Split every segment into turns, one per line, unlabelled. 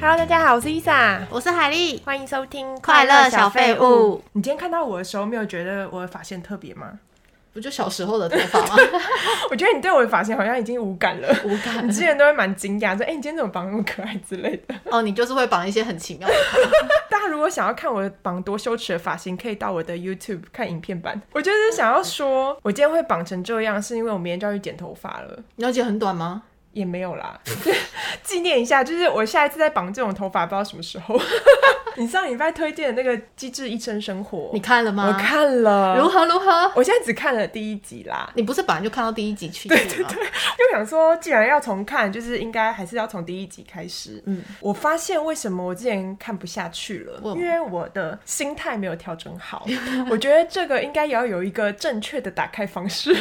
Hello，大家好，我是伊莎，
我是海丽，
欢迎收听《
快乐小废物。
你今天看到我的时候，没有觉得我的发线特别吗？
不就小时候的头发吗？
我觉得你对我的发型好像已经无感了。
无感
你之前都会蛮惊讶，说：“哎、你今天怎么绑那么可爱之类的。
哦，你就是会绑一些很奇妙的。”
大家如果想要看我绑多羞耻的发型，可以到我的 YouTube 看影片版。我就是想要说，我今天会绑成这样，是因为我明天就要去剪头发了。
你要剪很短吗？
也没有啦， 纪念一下，就是我下一次再绑这种头发，不知道什么时候。 你上礼拜推荐的那个《机智医生生活
你》，看了吗？
我看了，
如何如何？
我现在只看了第一集啦，
你不是本来就看到第一集去对对对，
因为想说，既然要重看，就是应该还是要从第一集开始。嗯，我发现为什么我之前看不下去了，
为什么
因为我的心态没有调整 好。我觉得这个应该也要有一个正确的打开方 式。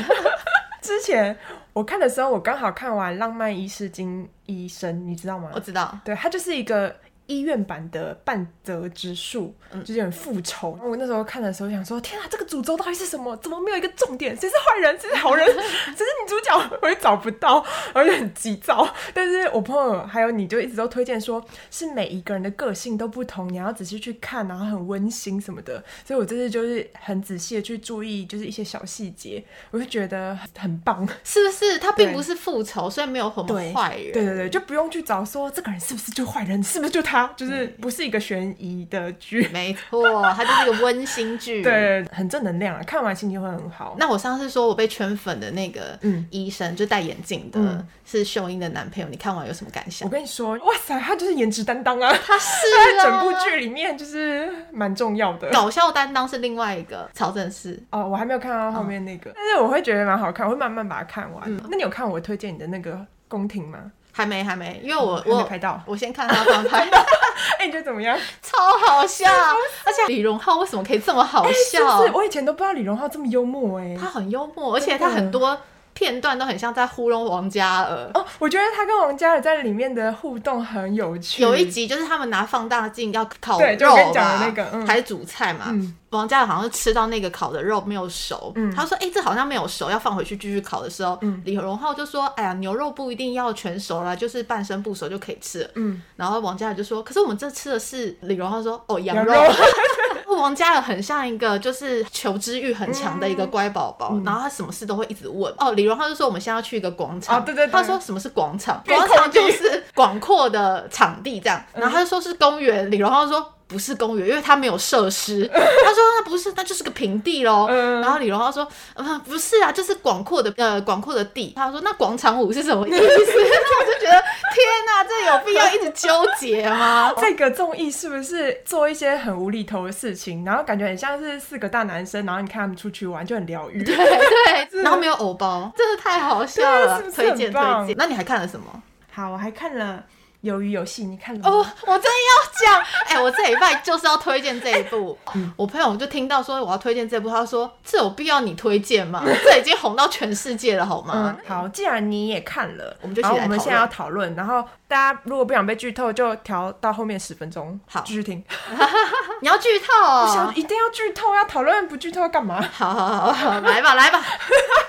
之前我看的时候，我刚好看完《浪漫医师金医生》，你知道吗？
我知道。
对，它就是一个医院版的半泽直树，就是有点复仇。我那时候看的时候想说，天啊，这个诅咒到底是什么？怎么没有一个重点？谁是坏人？谁是好人？谁 是女主角？我也找不到，而且很急躁。但是我朋友还有你就一直都推荐说，是每一个人的个性都不同，你要仔细去看，然后很温馨什么的。所以我这次就是很仔细的去注意，就是一些小细节，我就觉得很棒。
是不是他并
对
不是复仇，所以没有什么哦坏人？
对对对，就不用去找说这个人是不是就坏人，是不是就他，就是
嗯
不是一个悬疑的剧。
没错，它就是一个温馨剧。。
对，很正能量啊，看完心情会很好。
那我上次说我被圈粉的那个
嗯
医生，就戴眼镜的，
嗯
是秀英的男朋友。你看完有什么感
我
想？
跟你说，哇塞，他就是颜值担当啊，
他是
他在整
啊
部剧里面就是蛮重要的。
搞笑担当是另外一个曹正奭，
哦，我还没有看到后面那个，
嗯
但是我会觉得蛮好看，我会慢慢把它看完。那你有看我推荐你的那个宫廷吗？
还没还没，因为我
嗯还没
我
拍到
我先看他翻拍，
哎、你觉得怎么样？
超好笑，而且李荣浩为什么可以这么好
哎是不
笑？哦
是？我以前都不知道李荣浩这么幽默哎、
他很幽默，而且
真的
他很多片段都很像在糊弄王嘉尔。
哦，我觉得他跟王嘉尔在里面的互动很有趣。
有一集就是他们拿放大镜要烤
对就我
肉
跟
嘛，
你讲的那个嗯
还是煮菜嘛。
嗯
王嘉尔好像吃到那个烤的肉没有熟，
嗯
他说：“哎、这好像没有熟，要放回去继续烤。”的时候，
嗯
李荣浩就说：“哎呀，牛肉不一定要全熟啦，就是半生不熟就可以吃了。”
嗯，
然后王嘉尔就说：“可是我们这吃的是李荣浩说哦羊
羊
肉。
肉
王嘉尔很像一个就是求知欲很强的一
嗯
个乖宝宝，然后他什么事都会一直问。哦，李荣浩就说我们现在要去一个广场，
哦对对对
他说什么是广场？
变
广
空
场
地
就是广阔的场地这
嗯
样。然后他就说是公园，李荣浩说。不是公园，因为它没有 设施。他说那不是，那就是个平地喽。
嗯
然后李荣浩说，嗯，不是啊，就是广阔的呃广阔的地。他说那广场舞是 什么意思？我就觉得天哪、这有必要一直纠结 吗？
这个综艺是不是做一些很无厘头的事情，然后感觉很像是四个大男生，然后你看他们出去玩就很疗愈。
对对，
是
然后没有偶包，真的太好笑
对
了，
是不是
推荐
很棒
推荐。那你还看了什么？
好，我还看了《鱿鱼游戏》，你看了
哦，
吗？
我真的要讲， 哎、我这礼拜就是要推荐这一部。我朋友就听到说我要推荐这部，他说这有必要你推荐 吗？这已经红到全世界了，好吗
嗯？，好，既然你也看了，
哦我们就一起
然后
来
我们
讨
现在要讨论，然后大家如果不想被剧透，就调到后面十分钟，
好
继续听。
你要剧透
我
哦、
想一定要剧透，要讨论不剧透要干 嘛？
好好好好，来吧来 吧。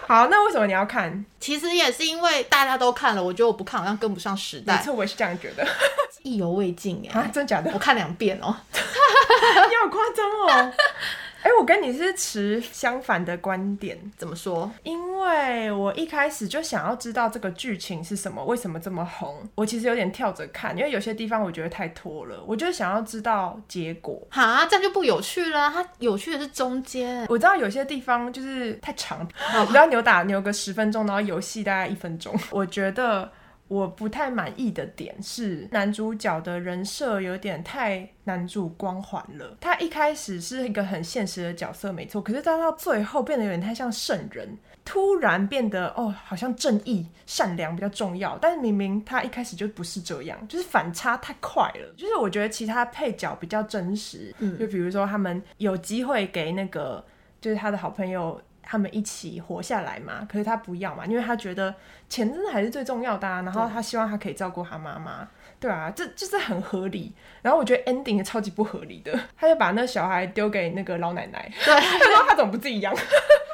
好，那为什么你要看？
其实也是因为大家都看了，我觉得我不看好像跟不上时
每
代，
次我也是这样觉 得
意犹未尽哎、
啊，真假的？
我看两遍 哦、
你好夸张哦！ 哎、我跟你是持相反的观点。
怎么说？
哦因为我一开始就想要知道这个剧情是什么，为什么这么红。我其实有点跳着看，因为有些地方我觉得太拖了，我就想要知道结果。
哈，这样就不有趣了。它有趣的是中间，
我知道有些地方就是太长，你知道扭打扭个十分钟，然后游戏大概一分钟。我觉得我不太满意的点是男主角的人设有点太男主光环了。他一开始是一个很现实的角色，没错，可是他到最后变得有点太像圣人，突然变得哦，好像正义、善良比较重要，但是明明他一开始就不是这样，就是反差太快了。就是我觉得其他配角比较真实，就比如说他们有机会给那个就是他的好朋友他们一起活下来嘛，可是他不要嘛，因为他觉得钱真的还是最重要的啊。然后他希望他可以照顾他妈妈，对啊，这就是很合理。然后我觉得 ending 也超级不合理的，他就把那小孩丢给那个老奶奶，
对，
他说他怎么不自己养？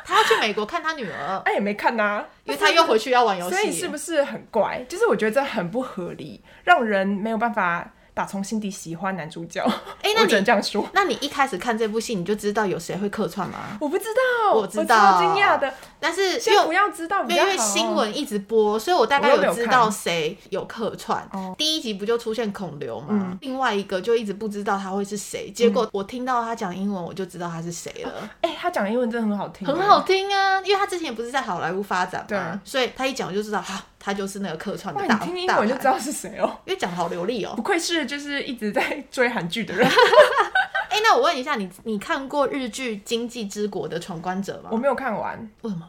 他要去美国看他女 儿，
他也没看呐、啊
因为他又回去要玩游戏，
所以是不是很怪？就是我觉得这很不合理，让人没有办法。打从心底喜欢男主角。
哎、那
我只能
你
这样说。
那你一开始看这部戏，你就知道有谁会客串吗？
我不知道，
我
我
知道
超惊讶的。
但是因
先
为
不要知道比
没
较
有，
好，啊
因为新闻一直播，所以我大概
我都没
有
有
知
看
道谁有客串
哦。
第一集不就出现孔刘嘛，
嗯
另外一个就一直不知道他会是谁。结果我听到他讲英文，我就知道他是谁了，
哎、他讲英文真的很好听，哎
很好。听啊！因为他之前不是在好莱坞发展嘛，所以他一讲我就知道，哈、他就是那个客串
哇，
的
你
大
听英
大
文就
牌
知道是谁哦。
因为讲得好流利哦
不。愧是就是一直在追韩剧的人，
哎、那我问一下你，你看过日剧《经济之国的闯关者》
我
吗？
没有看完。
为什么？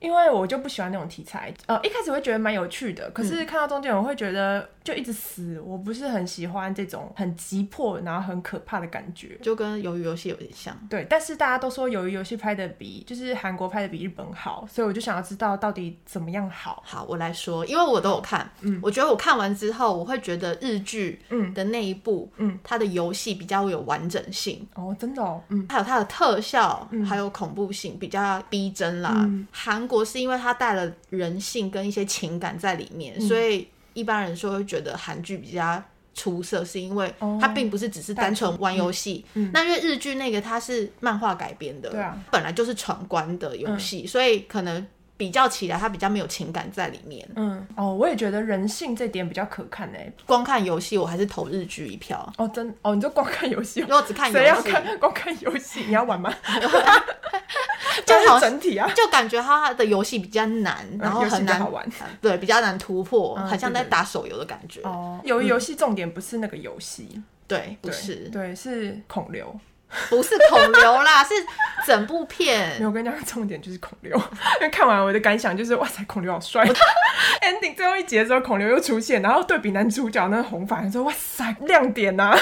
因为我就不喜欢那种题材，呃，一开始会觉得蛮有趣的，可
嗯
是看到中间我会觉得就一直死，我不是很喜欢这种很急迫然后很可怕的感觉。
就跟鱿鱼游戏有点像。
对，但是大家都说鱿鱼游戏拍的比就是韩国拍的比日本好，所以我就想要知道到底怎么样好。
好，我来说，因为我都有看，嗯，我觉得我看完之后，我会觉得日剧，
嗯
的那一部，
嗯，
它的游戏比较有完整性，
哦，真的哦，嗯，
还有它的特效，还有恐怖性比较逼真啦
嗯。
韩、国是因为它带了人性跟一些情感在里面，
嗯
所以一般人说会觉得韩剧比较。出色是因为
哦
它并不是只是单纯玩游戏，
嗯
那因为日剧那个它是漫画改编的，
对啊，嗯
本来就是闯关的游戏，所以可能比较起来它比较没有情感在里面。
嗯，哦，我也觉得人性这点比较可看诶。
光看游戏，我还是投日剧一票。
哦，真哦，你就光看游戏哦
如，果只看
谁要
游戏，
看光看游戏？你要玩 吗？
就好
是
像
整体啊，
就感觉它的游戏比较难，然后
嗯游戏
很
比较
难
好玩。
对，比较难突破，
嗯
很像在打手游的感觉。
哦，游游戏重点不是那个游戏，
对，嗯不
对
是，
对，是孔刘。
不是孔流 啦，是整部
没
片。
有我跟你讲，重点就是孔刘。因为看完我的感想就是，哇塞，孔刘好帅。ending 最后一集的时候，孔刘又出现，然后对比男主角那个红发人说，哇塞，亮点呐、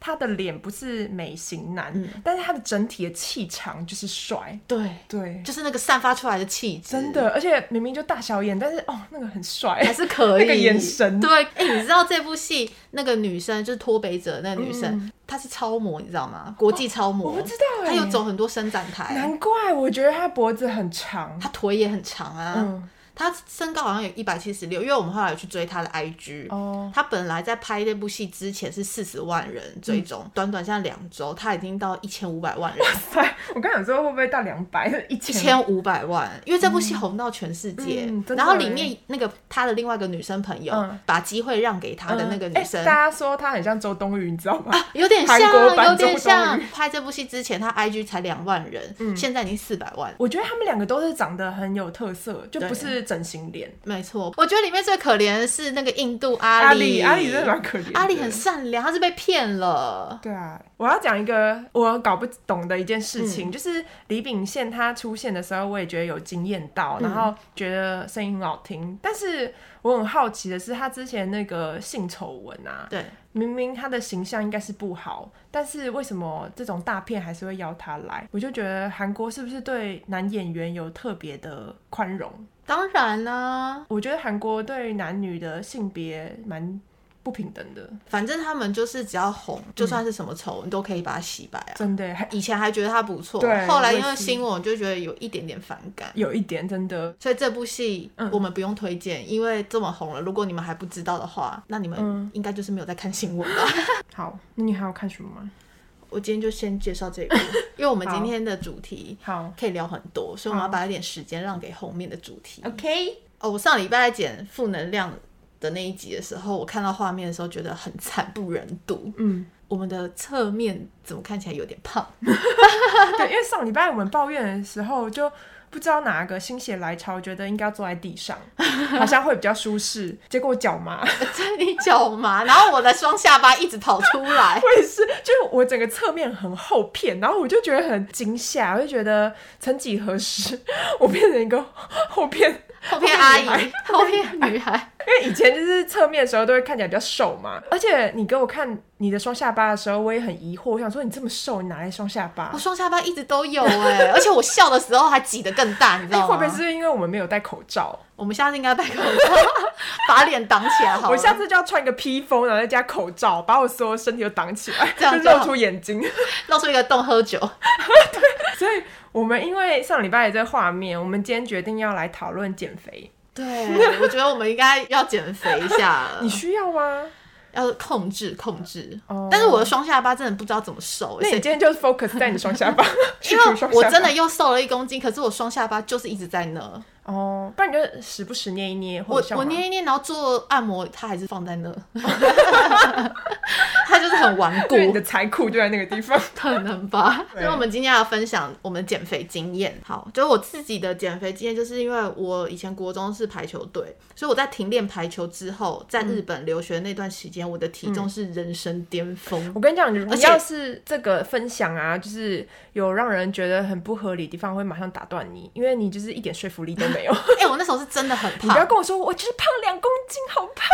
他的脸不是美型男，
嗯
但是他的整体的气场就是帅。
对，
对，
就是那个散发出来的气质，
真的，而且明明就大小眼，但是哦，那个很帅
还。是可以。
那个眼神
对，哎、你知道这部戏那个女生就是脱北者那个女生，她是超模，你知道吗？国际超模，
嗯我不知道哎
她有走很多伸展台，
难怪我觉得他脖子很长。
她腿也很长啊。
嗯，
他身高好像有一百七十六，因为我们后来有去追他的 IG，、
哦，
他本来在拍这部戏之前是四十万人追踪，短短像两周，他已经到一千五百万人，
嗯塞！我刚想说会不会到两百、一
一
千？
千五百万，因为这部戏红到全世界。
嗯真的
然后
耶
里面那个他的另外一个女生朋友、
嗯
把机会让给他的那个女生。啊
嗯哎大家说他很像周冬雨，你知道吗？
有点像，
韩国版
有点
周
像
冬雨。
拍这部戏之前，他 IG 才两万人，
嗯
现在已经四百万。
我觉得他们两个都是长得很有特色，就
对
不是整形脸。
没错，我觉得里面最可怜的是那个印度阿
阿
里，
里，阿里真的蛮可怜的。
阿里很善良，他是被骗了。
对啊，我要讲一个我搞不懂的一件事
嗯
情，就是李秉宪他出现的时候，我也觉得有惊艳
嗯
到，然后觉得声音很好听。但是我很好奇的是，他之前那个性丑闻啊，
对，
明明他的形象应该是不好，但是为什么这种大片还是会邀他来？我就觉得韩国是不是对男演员有特别的宽容？
当然啦、
我觉得韩国对男女的性别蛮不平等的，
反正他们就是只要红，就
嗯
算是什么丑，你都可以把它洗白啊。
真的还
以前还觉得他不错
对，
后来因
我
为
也是
新闻，我就觉得有一点点反感。
有一点真的
所以这部戏
嗯
我们不用推荐，因为这么红了，如果你们还不知道的话，那你们
嗯
应该就是没有在看新闻 吧。
好。那你还要看什么吗？
我今天就先介绍这一部，因为我们今天的主题
好
可以聊很多，所以我们要把一点时间让给后面的主题。
，OK，
哦，我上礼拜在剪负能量的那一集的时候，我看到画面的时候觉得很惨不忍睹。
嗯，
我们的侧面怎么看起来有点胖？
对，因为上礼拜我们抱怨的时候就。不知道哪个心血来潮，觉得应该要坐在地上，好像会比较舒适。结果脚麻，
在你脚麻，然后我的双下巴一直跑出来。
我也是，就是我整个侧面很厚片，然后我就觉得很惊吓，我就觉得曾几何时，我变成一个厚片，
后面阿
后面女
姨，后面女孩，
因为以前就是侧面的时候都会看起来比较瘦嘛。而且你给我看你的双下巴的时候，我也很疑惑，我想说你这么瘦，你哪来双下巴
我？双下巴一直都有哎、而且我笑的时候还挤得更大，你知
哎、
道
会
吗？
不会是因为我们没有戴口罩？
我们下次应该戴口罩， 把脸挡起来好了。
我下次就要穿一个披风，然后再加口罩，把我所有身体都挡起来，
这样就
就
好
露出眼睛。
露出一个洞喝酒。
所以我们因为上礼拜的这个画面，我们今天决定要来讨论减肥。
对，我觉得我们应该要减肥一下了。
你需要吗？
要控制控制。
哦
但是我的双下巴真的不知道怎么瘦、
那
欸，
你
谁
今天就 focus 在你双 下巴，
因
去除
为
双
我
下
真的
巴
又瘦了一公斤，可是我双下巴就是一直在那。
哦，不然你就时不时捏一捏，或
我
者像
我
吗
捏一捏，然后做按摩，它还是放 在那， 它就是很顽固
对，你的财库就在那个地 方。
可能吧。
对
所以我们今天要分享我们减肥经验。好，就是我自己的减肥经验，就是因为我以前国中是排球队，所以我在停练排球之后，在日
嗯
本留学那段时间，我的体重是人生巅峰。
我跟你讲，你
而且
要是这个分享啊，就是有让人觉得很不合理的地方，会马上打断你，因为你就是一点说服力都 没有。
哎、我那时候是真的很
你不要
胖，
跟我说我就是胖两公斤，好胖，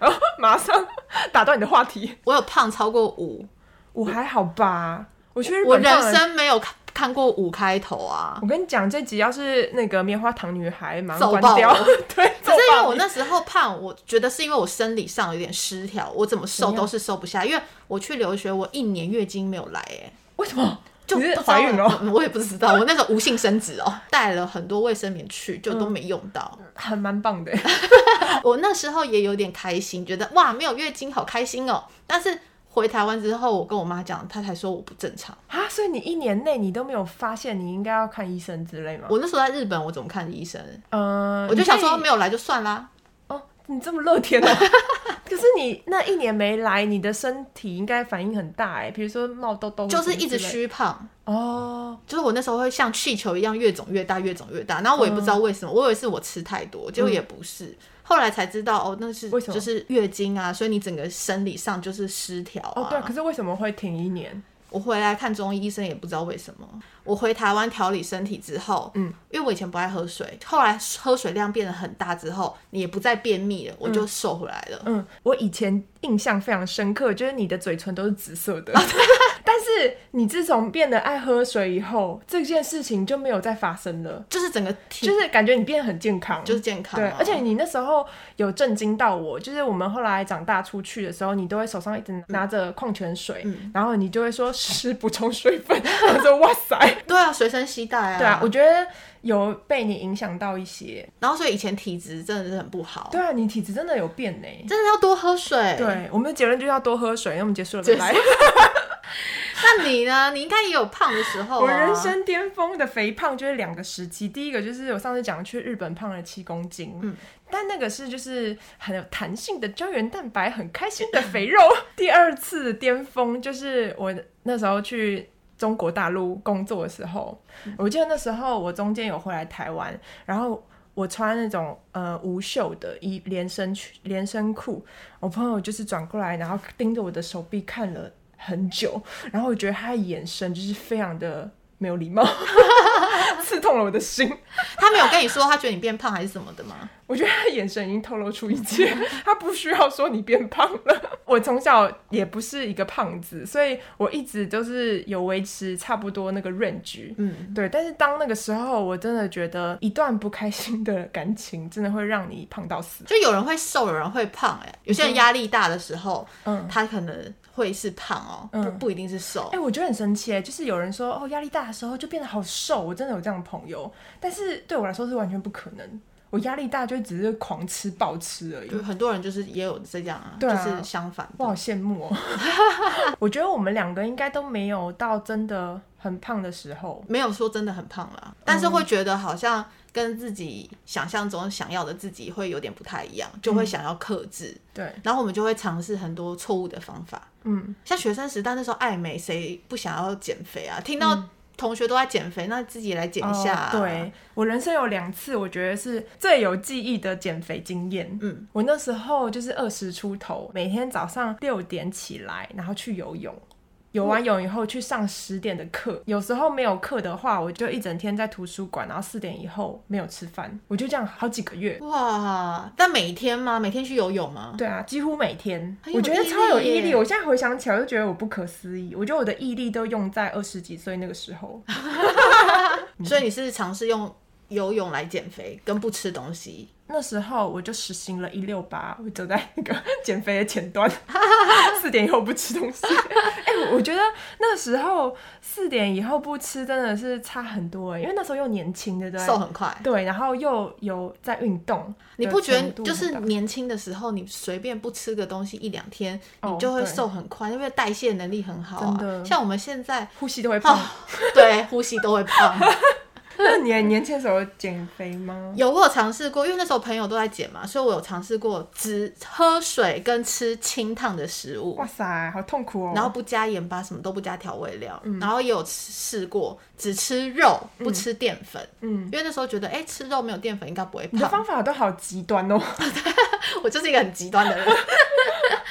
然后马上打断你的话题。
我有胖超过五，
我还好吧，我去日
我
本胖
人
了。
生没有看看过五开头啊。
我跟你讲，这集要是那个棉花糖女孩，马上
揍
关
爆
掉
我。
对，
只是因为
揍爆
我
你
那时候胖，我觉得是因为我生理上有点失调，我怎么瘦
怎样
都是瘦不下。因为我去留学，我一年月经没有来、哎，
为什么
就
你是
不知道
怀孕了？哦
嗯我也不知道，我那时 候无性生殖哦，带了很多卫生棉去，就都没用到。
还蛮棒 的。
我那时候也有点开心，觉得哇，没有月经好开心哦。但是回台湾之后，我跟我妈讲，她才说我不正常。
啊，所以你一年内你都没有发现你应该要看医生之类吗？
我那时候在日本，我怎么看医生？
呃，
我就
嗯你
想
可以
说没有来就算啦。
哦，你这么乐天 哦。可是你那一年没来，你的身体应该反应很大哎，比如说冒痘痘或什么
就
之
是
类的，
一直虚胖，
哦。
就是我那时候会像气球一样越肿越大，越肿越大。然后我也不
嗯
知道为什么，我以为是我吃太多，结果也不是。后来才知道哦，那是
为什么
就是月经啊，所以你整个生理上就是失调啊。
哦，对，可是为什么会停一年？
我回来看中医，医生也不知道为什么。我回台湾调理身体之后，
嗯，
因为我以前不爱喝水，后来喝水量变得很大之后，你也不再便秘了，我就瘦回来了。
嗯，我以前印象非常深刻，就是你的嘴唇都是紫色
哦
的。 但是你自从变得爱喝水以后，这件事情就没有再发生了，
就是整个体
就是感觉你变得很健康，
就是健康、
对
啊，，
而且你那时候有震惊到我，就是我们后来长大出去的时候，你都会手上一直拿着矿泉水，
嗯
然后你就会说是补充水分， 我说哇塞，
对啊，随身携带啊，
对啊，我觉得有被你影响到一些，
然后所以以前体质真的是很不好，
对啊，你体质真的有变呢。
真的要多喝水。，
对，我们的结论就是要多喝水。那我们结束了，
结
拜
束
拜。
那你呢？你应该也有胖的时候、啊。
我人生巅峰的肥胖就是两个时期，第一个就是我上次讲去日本胖了七公斤，
嗯
但那个是就是很有弹性的胶原蛋白，很开心的肥肉。 第二次巅峰就是我那时候去。中国大陆工作的时候，我记得那时候我中间有回来台湾，然后我穿那种呃无袖的一连身裙、连身裤，我朋友就是转过来，然后盯着我的手臂看了很久，然后我觉得他的眼神就是非常的没有礼貌， 刺痛了我的心。
他没有跟你说他觉得你变胖还是什么的吗？
我觉得他的眼神已经透露出一切， 他不需要说你变胖了。 我从小也不是一个胖子，所以我一直都是有维持差不多那个 range。
嗯，
对，但是当那个时候，我真的觉得一段不开心的感情，真的会让你胖到死。
就有人会瘦，有人会胖、哎，有些人压力大的时候，
嗯
他可能会是胖哦，
嗯
不不一定是瘦
哎、。我觉得很神奇哎，就是有人说哦，压力大的时候就变得好瘦，我真的有这样的朋友，但是对我来说是完全不可能。我压力大就只是狂吃暴吃而已
就，很多人就是也有这样啊，
对啊
就是相反的
我好羡慕哦。 我觉得我们两个应该都没有到真的很胖的时候，
没有说真的很胖啦，但是会觉得好像跟自己想象中想要的自己会有点不太一样，就
嗯
会想要克制，
对，
然后我们就会尝试很多错误的方法。
嗯，
像学生时代那时候爱美，谁不想要减肥啊？听到同学都在减肥，那自己也来减一下、啊
嗯哦对我人生有两次，我觉得是最有记忆的减肥经验。
嗯，
我那时候就是二十出头，每天早上六点起来，然后去游泳。游
嗯
完泳以后去上十点的课，有时候没有课的话，我就一整天在图书馆，然后四点以后没有吃饭，我就这样好几个月。
哇！但每天吗？每天去游泳吗？
对啊，几乎每天，
很有
我觉得
毅
超有
力
毅力。
耶
我现在回想起来，我就觉得我不可思议。我觉得我的毅力都用在二十几岁那个时候。
所以你是尝试用游泳来减肥，跟不吃东西。
那时候我就实行了一六八，我走在那个减肥的前 端，四点以后不吃东西。 哎、我我觉得那时候四点以后不吃真的是差很多、欸，因为那时候又年轻，对不对？
瘦很快，
对，然后又有在运动，
你不觉
程
得
度
就是
很大
年轻的时候，你随便不吃个东西一两天，
哦
你就会
对
瘦很快，因为代谢能力很好啊。
真的
像我们现在，
呼吸都会胖
哦？，对，呼吸都会胖。 啊
那你年轻的时候有减肥 吗？
有我有尝试过，因为那时候朋友都在减嘛，所以我有尝试过只喝水跟吃清烫的食物
哇，塞，好痛苦哦！
然后不加盐巴，什么都不加调味料，
嗯
然后也有吃试过只吃肉不吃淀粉，
嗯，
因为那时候觉得哎、吃肉没有淀粉应该不会
你的
胖，
方法都好极端 哦，
我就是一个很极端的人。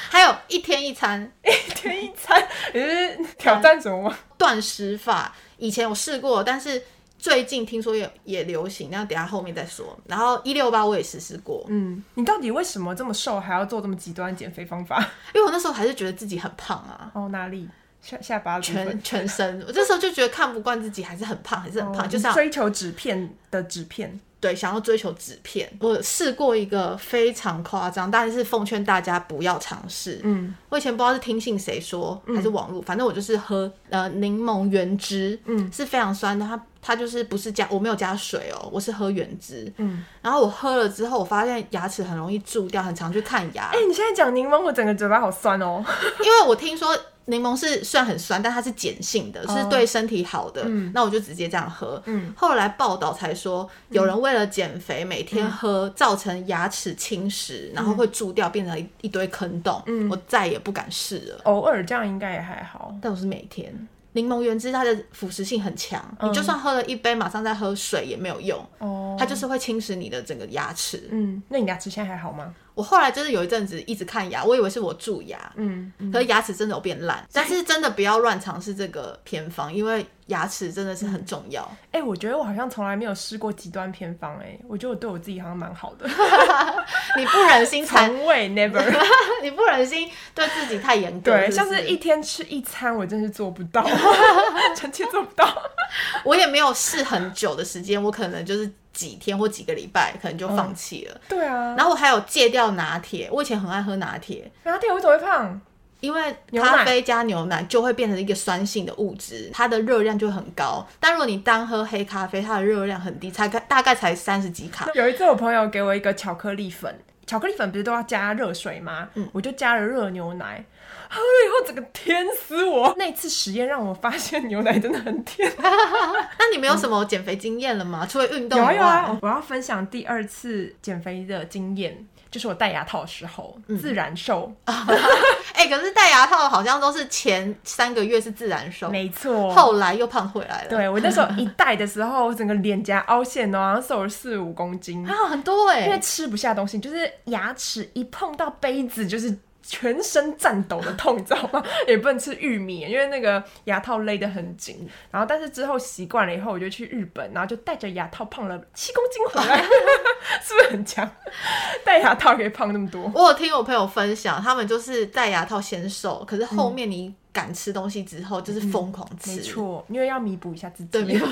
还有一天一餐
一天一餐，你是挑战什么吗？
断食法，以前我试过，但是最近听说也也流行，那等一下后面再说。然后一六八我也实施过，
嗯，你到底为什么这么瘦，还要做这么极端的减肥方法？
因为我那时候还是觉得自己很胖啊，
哦，哪里？下下巴的部分
全 全身，我这时候就觉得看不惯自己，还是很胖，还是很胖，
哦
就是要
追求纸片的纸片，
对想要追求纸片。我试过一个非常夸张，但是奉劝大家不要尝试。
嗯，
我以前不知道是听信谁说，还是网络，反正我就是喝呃柠檬原汁，
嗯，
是非常酸的，它它就是不是加我没有加水哦，我是喝原汁，
嗯，
然后我喝了之后，我发现牙齿很容易蛀掉，很常去看牙，
哎、你现在讲柠檬，我整个嘴巴好酸哦。
因为我听说柠檬是虽然很酸，但它是碱性的，是对身体好的。那我就直接这样喝。
哦嗯
后来报道才说，有人为了减肥，每
嗯
天喝，造成牙齿侵蚀，然后会蛀掉，变成一一堆坑洞。
嗯
我再也不敢试了。
偶尔这样应该也还好。
但我是每天。柠檬原汁它的腐蚀性很强，
嗯
你就算喝了一杯，马上再喝水也没有用，
哦，
它就是会侵蚀你的整个牙齿。
嗯，那你牙齿现在还好吗？
我后来就是有一阵子一直看牙，我以为是我蛀牙，
嗯，
可是牙齿真的有变烂，但是真的不要乱尝试这个偏方，因为牙齿真的是很重 要。
哎、我觉得我好像从来没有试过极端偏方、哎，我觉得我对我自己好像蛮好 的，
你不忍心
肠
残，
胃 never。
你不忍心对自己太严格。
对，
是
像
不是
是一天吃一餐，我真是做不 到，臣妾做不到。
我也没有试很久的时间，我可能就是几天或几个礼拜，可能就放弃了。
对啊，
嗯然后我还有戒掉拿铁，我以前很爱喝拿铁，
然后对我怎么会胖？
因为
牛奶
咖啡加牛奶就会变成一个酸性的物质，它的热量就很高。但如果你单喝黑咖啡，它的热量很低，才大概才三十几卡。
有一次我朋友给我一个巧克力粉，巧克力粉不是都要加热水吗？我就加了热牛奶，喝了以后整个甜死我。 那次实验让我发现牛奶真的很甜。
那你们有什么减肥经验了吗？除了运动 以
有啊嗯
外，
有啊，我要分享第二次减肥的经验，就是我戴牙套的时候，自然瘦，
哎、可是戴牙套好像都是前三个月是自然瘦，
没错。
后来又胖回来了。
对我那时候一戴的时候，我整个脸颊凹陷哦，好像瘦了四五公斤。
啊，很多哎、
因为吃不下东西，就是牙齿一碰到杯子就是。全身颤抖的痛，你 知道吗？也不能吃玉米，因为那个牙套勒得很紧。然后，但是之后习惯了以后，我就去日本，然后就带着牙套胖了七公斤回来， 是不是很强？戴牙套可以胖那么多？
我有听我朋友分享，他们就是戴牙套先瘦，可是后面你敢吃东西之后，就是疯狂吃。
嗯没，错，因为要弥补一下自己。
对，没错。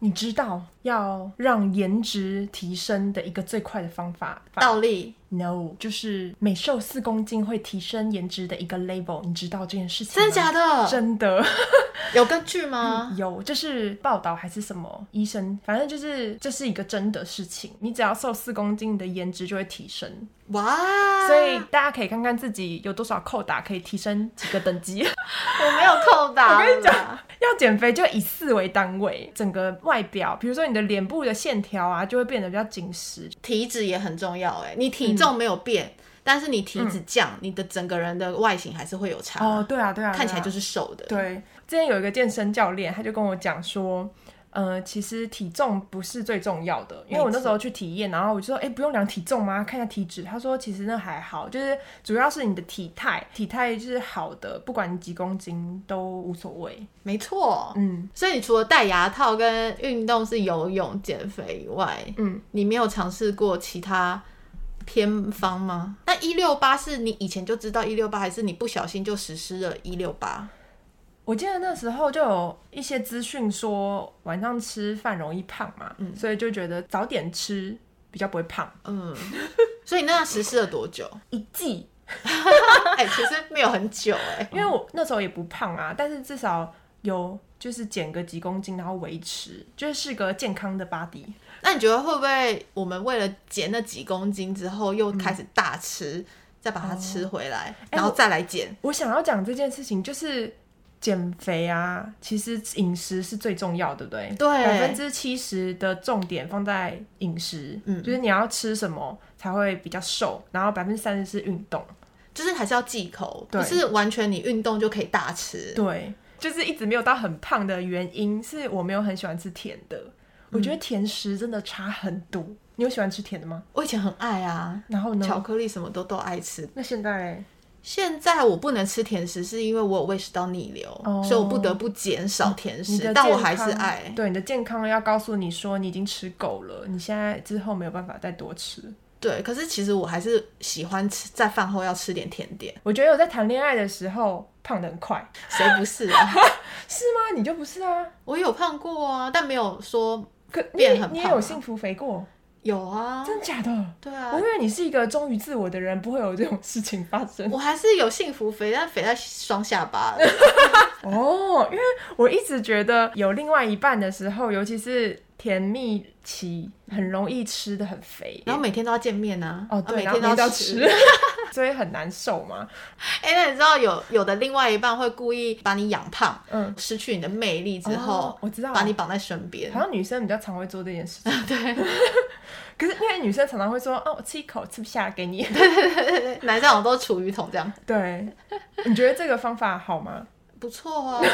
你知道要让颜值提升的一个最快的方法
倒立
No，就是每瘦四公斤会提升颜值的一个 label，你知道这件事情吗？
真的假的
真的
有根据吗？
有，就是报道还是什么医生，反正就是这是一个真的事情。你只要瘦四公斤，你的颜值就会提升。
哇，
嗯所以大家可以看看自己有多少扣打，可以提升几个等级。
我没有扣
啊
打。我跟你讲，
要减肥就以四为单位，整个外表，比如说你的脸部的线条啊，就会变得比较紧实。
体脂也很重要哎、你体重没有变，但是你体脂降，你的整个人的外形还是会有差，
嗯哦，对啊，对啊，
看起来
对啊
就是瘦的。
对，之前有一个健身教练，他就跟我讲说，呃，其实体重不是最重要的，因为我那时候去体验，然后我就说，哎、不用量体重吗？看一下体脂。他说，其实那还好，就是主要是你的体态，体态就是好的，不管你几公斤都无所谓。
没错，
嗯，
所以你除了戴牙套跟运动是游泳减肥以外，
嗯，
你没有尝试过其他偏方吗？那一六八是你以前就知道一六八，还是你不小心就实施了一六八？
我记得那时候就有一些资讯说晚上吃饭容易胖嘛，所以就觉得早点吃比较不会胖。
嗯，所以那样实施了多久？
一季，
哎、其实没有很久哎、
因为我那时候也不胖啊，但是至少有就是减个几公斤，然后维持，就是是个健康的 body。
那你觉得会不会我们为了减那几公斤之后，又开始大吃，
嗯
再把它
哦
吃回来，
哎
然后再来减？
我想要讲这件事情，就是减肥啊，其实饮食是最重要，对不对？
对
百分之七十的重点放在饮食，嗯，就是你要吃什么才会比较瘦，然后百分之三十是运动，
就是还是要忌口，
对
不是完全你运动就可以大吃。
对，就是一直没有到很胖的原因是我没有很喜欢吃甜的，我觉得甜食真的差很多。你有喜欢吃甜的吗？
我以前很爱啊，
然后
巧
呢？
克力什么都都爱吃。
那现在嘞
现在我不能吃甜食，是因为我有胃食道逆流，
哦
所以我不得不减少甜
你的
食，但我
健
还是
康
爱。
对你的健康要告诉你说你已经吃够了，你现在之后没有办法再多吃。
对，可是其实我还是喜欢吃，在饭后要吃点甜点，
我觉得我在谈恋爱的时候胖得很快，
谁不是啊？
是吗？你就不是啊？
我有胖过啊，但没有说
可你
变很
你也
胖
有
啊
幸福肥过，
有啊，
真的假的？
对
我
啊
以，为你是一个忠于自我的人，不会有这种事情发 生。
我还是有幸福肥，但肥在双下巴了。
哦，因为我一直觉得有另外一半的时候，尤其是甜蜜期，很容易吃的很肥。
然后每天都要见面啊，
哦，
啊
对，
每
然后
天
每天
都
都要
吃
吃。， 所以很难受嘛。
哎、那你知道有有的另外一半会故意把你养胖，
嗯，
失去你的魅力之后，
哦我知道
把你绑在身边
好。像女生比较常会做这件事情，
对
可是因为女生常常会说，哦，我吃一口吃不下，给你。
对，男生好像都是处于桶 这样，
对，你觉得这个方法好吗？
不错
哦
啊。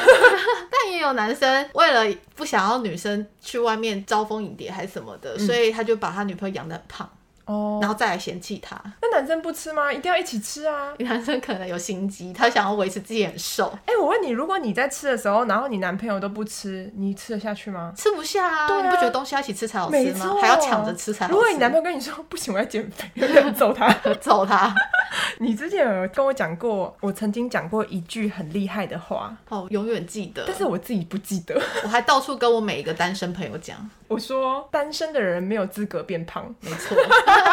但也有男生为了不想要女生去外面招蜂引蝶还是什么
嗯
的，所以他就把他女朋友养得很胖，
哦，
然后再来嫌弃他。
那男生不吃吗？一定要一起吃啊！
男生可能有心机，他想要维持自己很瘦，
哎、我问你，如果你在吃的时候，然后你男朋友都不吃，你吃得下去吗？
吃不下啊，
对啊
你不觉得东西要一起吃才好吃
没
吗
错，？
还要抢着吃才好吃。
如果你男朋友跟你说不行，我要减肥，有 点揍他。
友揍他，
你之前有跟我讲过，我曾经讲过一句很厉害的话，
哦，永远记得。
但是我自己不记得。
我还到处跟我每一个单身朋友讲，
我说单身的人没有资格变胖，
没错，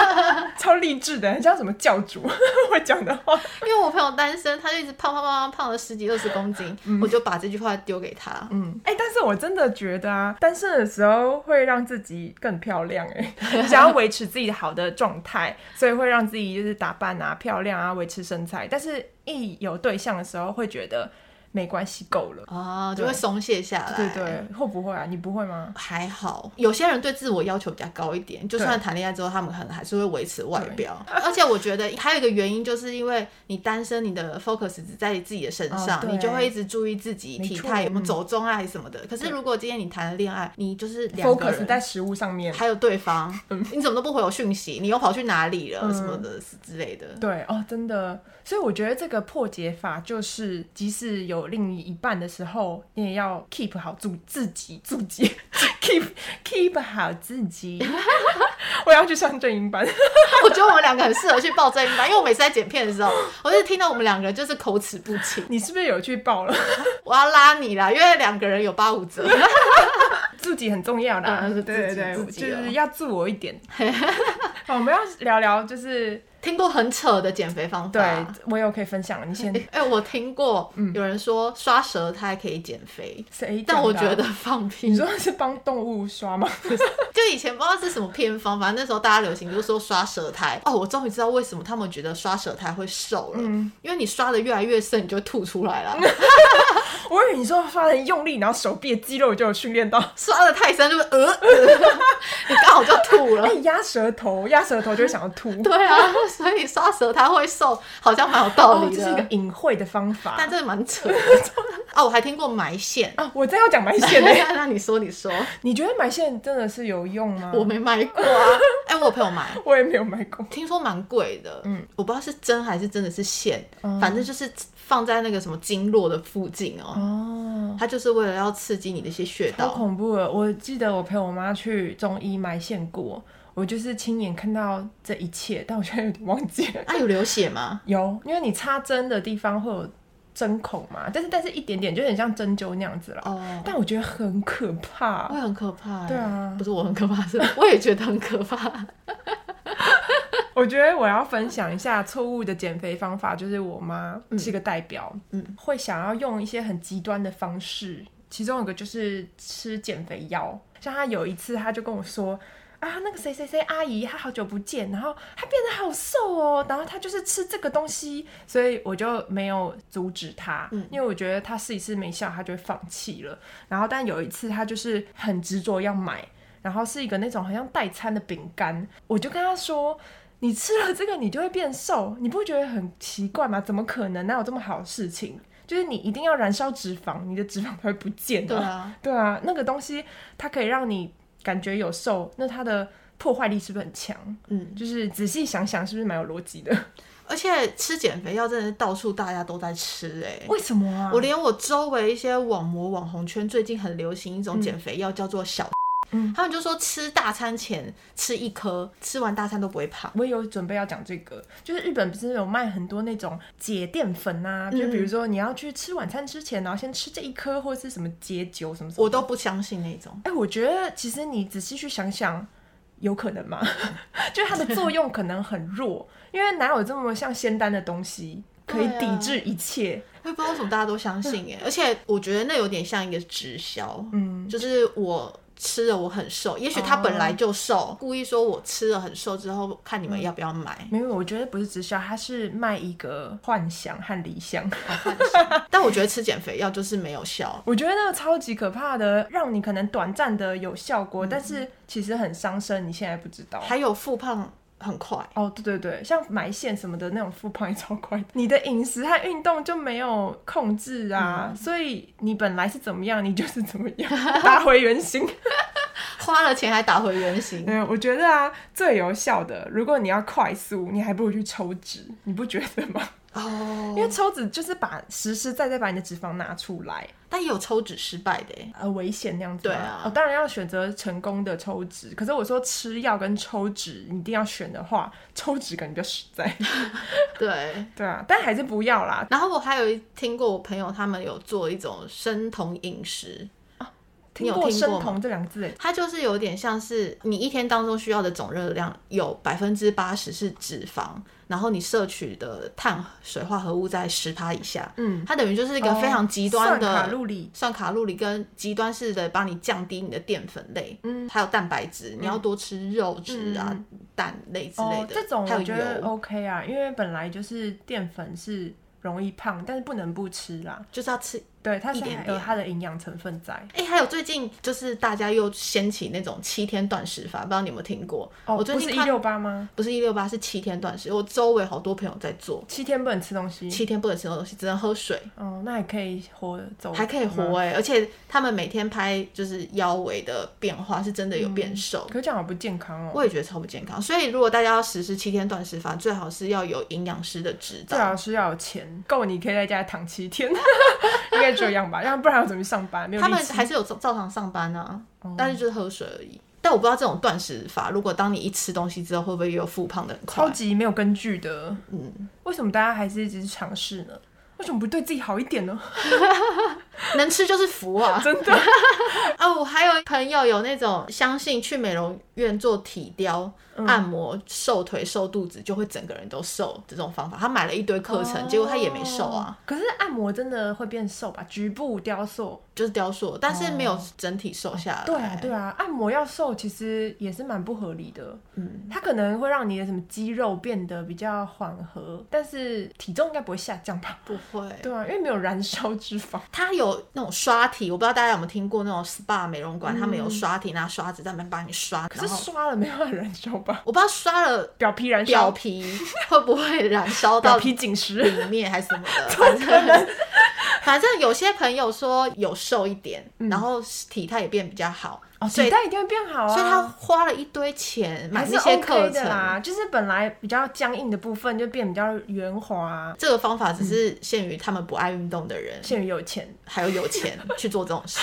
超励志的，很像什么教主 会讲的话。
因为我朋友单身，他就一直胖胖胖胖胖了十几二十公斤，我就把这句话丢给他。
嗯，哎、但是我真的觉得啊，单身的时候会让自己更漂亮、哎， 想要维持自己好的状态，所以会让自己就是打扮啊、漂亮啊、维持身材。但是，一有对象的时候，会觉得没关系，够了。
啊，就会松懈下来。
对。对，会不会啊？你不会吗？
还好，有些人对自我要求比较高一点，就算谈恋爱之后，他们可能还是会维持外表。而且我觉得还有一个原因，就是因为你单身，你的 focus 只在自己的身上，
哦对
你就会一直注意自己体态
没错
有没有走中啊，还是什么的。可是如果今天你谈了恋爱，你就是两个
focus 嗯在
人。
食物上面。
还有对方，你怎么都不回我讯息？你又跑去哪里
嗯
了？什么的之类的。
对哦，真的，所以我觉得这个破解法就是，即使有另一半的时候，你也要 keep 好自自己，自己 keep keep 好自己。 我要去上正音班，
我觉得我们两个很适合去报这一班，因为我每次在剪片的时候，我就听到我们两个人就是口齿不清。
你是不是有去报了？
我要拉你啦，因为两个人有八五折。
自己很重要啦，
嗯是自己
对对对，
自己
就
哦
是要自我一 点。好，我们要聊聊，就是
听过很扯的减肥方
对
法。
我有可以分享了，你先
哎、我听过有人说刷舌苔可以减肥，
谁讲的啊？
但我觉得放屁
你。说是帮动物刷吗？
就以前不知道是什么偏方，反正那时候大家流行就是说刷舌苔。哦，我终于知道为什么他们觉得刷舌苔会瘦了，
嗯
因为你刷的越来越深，你就会吐出来了。
我以为你说刷的用力，然后手臂的肌肉就有训练到。
刷的太深就是呃，呃 你刚好就吐了
哎。，压舌头，压舌头就会想要 吐。
对啊，所以刷舌苔会瘦，好像蛮有道
哦，
理
这
的。
是一个隐晦的方法。
但这蛮扯的 啊！我还听过埋线。
啊，我真要讲 埋 线呢、
那你说，你说，
你觉得埋线真的是有用吗？
我没买过啊。嗯 哎、我有朋友买，
我也没有买过。
听说蛮贵的，嗯，我不知道是针还是真的是线，
嗯
反正就是放在那个什么经络的附近哦，
哦，
它就是为了要刺激你的一些穴
好
道。
恐怖了！我记得我陪我妈去中医埋线过，我就是亲眼看到这一切，但我现在有点忘记了。
啊，有流血吗？
有，因为你插针的地方会有针孔嘛，但是但是一点点，就有点像针灸那样子啦。
哦，
但我觉得很可怕
我，也很可怕、欸。
对啊
不是我很可怕，是 我也觉得很可怕。
我觉得我要分享一下错误的减肥方法，就是我妈是个代表，
嗯，
会想要用一些很极端的方式，其中有一个就是吃减肥药，像她有一次她就跟我说。啊，那个谁谁谁阿姨，她好久不见，然后她变得好瘦哦，然后她就是吃这个东西，所以我就没有阻止她，
嗯
因为我觉得她试一次没效，她就会放弃了。然后但有一次她就是很执着要买，然后是一个那种好像代餐的饼干，我就跟她说。你吃了这个，你就会变瘦，你不会觉得很奇怪吗？怎么可能？哪有这么好的事情？就是你一定要燃烧脂肪，你的脂肪才会不见、
对啊，
对啊，那个东西它可以让你感觉有瘦，那它的破坏力是不是很强？
嗯，
就是仔细想想，是不是蛮有逻辑的？
而且吃减肥药真的是到处大家都在吃哎、
为什么啊？
我连我周围一些网模网红圈最近很流行一种减肥药，叫做小。
嗯
他们就说吃大餐前吃一颗，吃完大餐都不会胖。
我也有准备要讲这个，就是日本不是有卖很多那种解淀粉啊，
嗯
就比如说你要去吃晚餐之前，然后先吃这一颗，或者是什么解酒什么什么。
我都不相信那种。
哎、我觉得其实你仔细去想想，有可能吗？ 就是它的作用可能很弱，因为哪有这么像仙丹的东西可以
对啊
抵制一切？
我也不知道为什么大家都相信 哎，而且我觉得那有点像一个直销，
嗯，哦
就是我吃了我很瘦，也许他本来就瘦，故意说我吃了很瘦之后，看
嗯
你们要不要买。
没有，我觉得不是直销，它是卖一个幻想和理想。
但我觉得吃减肥药就是没有效，
我觉得那个超级可怕的，让你可能短暂的有效果，但是其实很伤身，你现在不知道。
还有复胖很快。
哦，对对对，像埋线什么的那种复胖也超快的，你的饮食和运动就没有控制啊，所以你本来是怎么样，你就是怎么 样，打回原形。
花了钱还打回原 形，
嗯，我觉得啊，最有效的，如果你要快速，你还不如去抽脂，你不觉得吗？ 因
哦，
为抽脂就是把实实在在把你的脂肪拿出来，
但也有抽脂失败的欸，
呃，危险那样子吗。
对啊
哦，当然要选择成功的抽脂。可是我说吃药跟抽脂，你一定要选的话，抽脂感觉比较实在。
对。
对啊，但还是不要啦，
然后我还有一听过我朋友他们有做一种生酮饮食，你
听
有
过“
听
生
过吗
酮”这两个字诶，
它就是有点像是你一天当中需要的总热量有百分之八十是脂肪，然后你摄取的碳水化合物在十趴以下，
嗯，
它等于就是一个非常极端的、
哦算卡路里，
算卡路里跟极端式的帮你降低你的淀粉类，
嗯，
还有蛋白质，你要多吃肉质啊、蛋类之类
哦，
的，
这种
还有
我觉得
油，
OK 啊，因为本来就是淀粉是容易胖，但是不能不吃啦。
就是要吃
对，它
一
是
点
有
点
它的营养成分在。
哎、还有最近就是大家又掀起那种七天断食法，不知道你有没有听过？
哦，
我最
不是
近
一
看
六八吗？
不是一六八，是七天断食。我周围好多朋友在做，
七天不能吃东西，
七天不能吃东西，只能喝水，
哦，那也可以活走，
还可以活。哎、而且他们每天拍就是腰围的变化，是真的有
嗯
变瘦。
可这样好不健康哦。
我也觉得超不健康，所以如果大家要实施七天断食法，最好是要有营养师的指
最
导。
好是要有钱，够你可以在家躺七天， 应该这样吧？要不然我怎么去上班？没有
他们
力气
还是有照照常上班啊，
哦
但是就是喝水而已。但我不知道这种断食法，如果当你一吃东西之后，会不会又复胖的很快
超？级没有根据的。嗯，为什么大家还是一直尝试呢？为什么不对自己好一点呢？
能吃就是福啊！
真 的，
哦，我还有朋友有那种相信去美容院做体雕、
嗯
按摩、瘦腿、瘦肚子，就会整个人都瘦这种方法。他买了一堆课程，结果他也没瘦啊，。
哦可是按摩真的会变瘦吧？局部雕塑。
就是雕塑，但是没有整体瘦下来。
哦对啊，对啊，按摩要瘦其实也是蛮不合理的。嗯，它可能会让你的什么肌肉变得比较缓和，但是体重应该不会下降吧？
不会。
对啊，因为没有燃烧脂肪。
他有那种刷体，我不知道大家有没有听过那种 SPA 美容馆，他们有刷体，拿刷子在那边帮你刷，
嗯可
然
是
后
刷了没办法燃烧吧？
我不知道刷了
表皮燃烧
表，皮会不会燃烧
表
到
皮紧实。
里面还是什 么的，反正 反正有些朋友说有瘦一点，
嗯
然后体态也变比较好，
哦，
所以
体态一定会变好啊。
所以他花了一堆钱买
还是
那些
OK
课程。
的啦，就是本来比较僵硬的部分就变比较圆滑、
这个方法只是限于他们不爱运动的人，
嗯限于有钱，
还有 有钱去做这种事。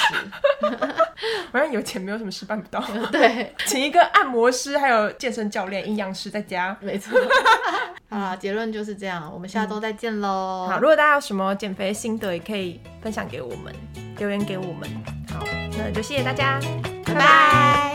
反正有钱没有什么事办不到，
对，
请一个按摩师、还有健身教练、营养师在家。
没错。 好啦，结论就是这样，我们下周再见喽。
嗯好，如果大家有什么减肥心得，也可以分享给我们，留言给我们。好，那就谢谢大家，
拜拜。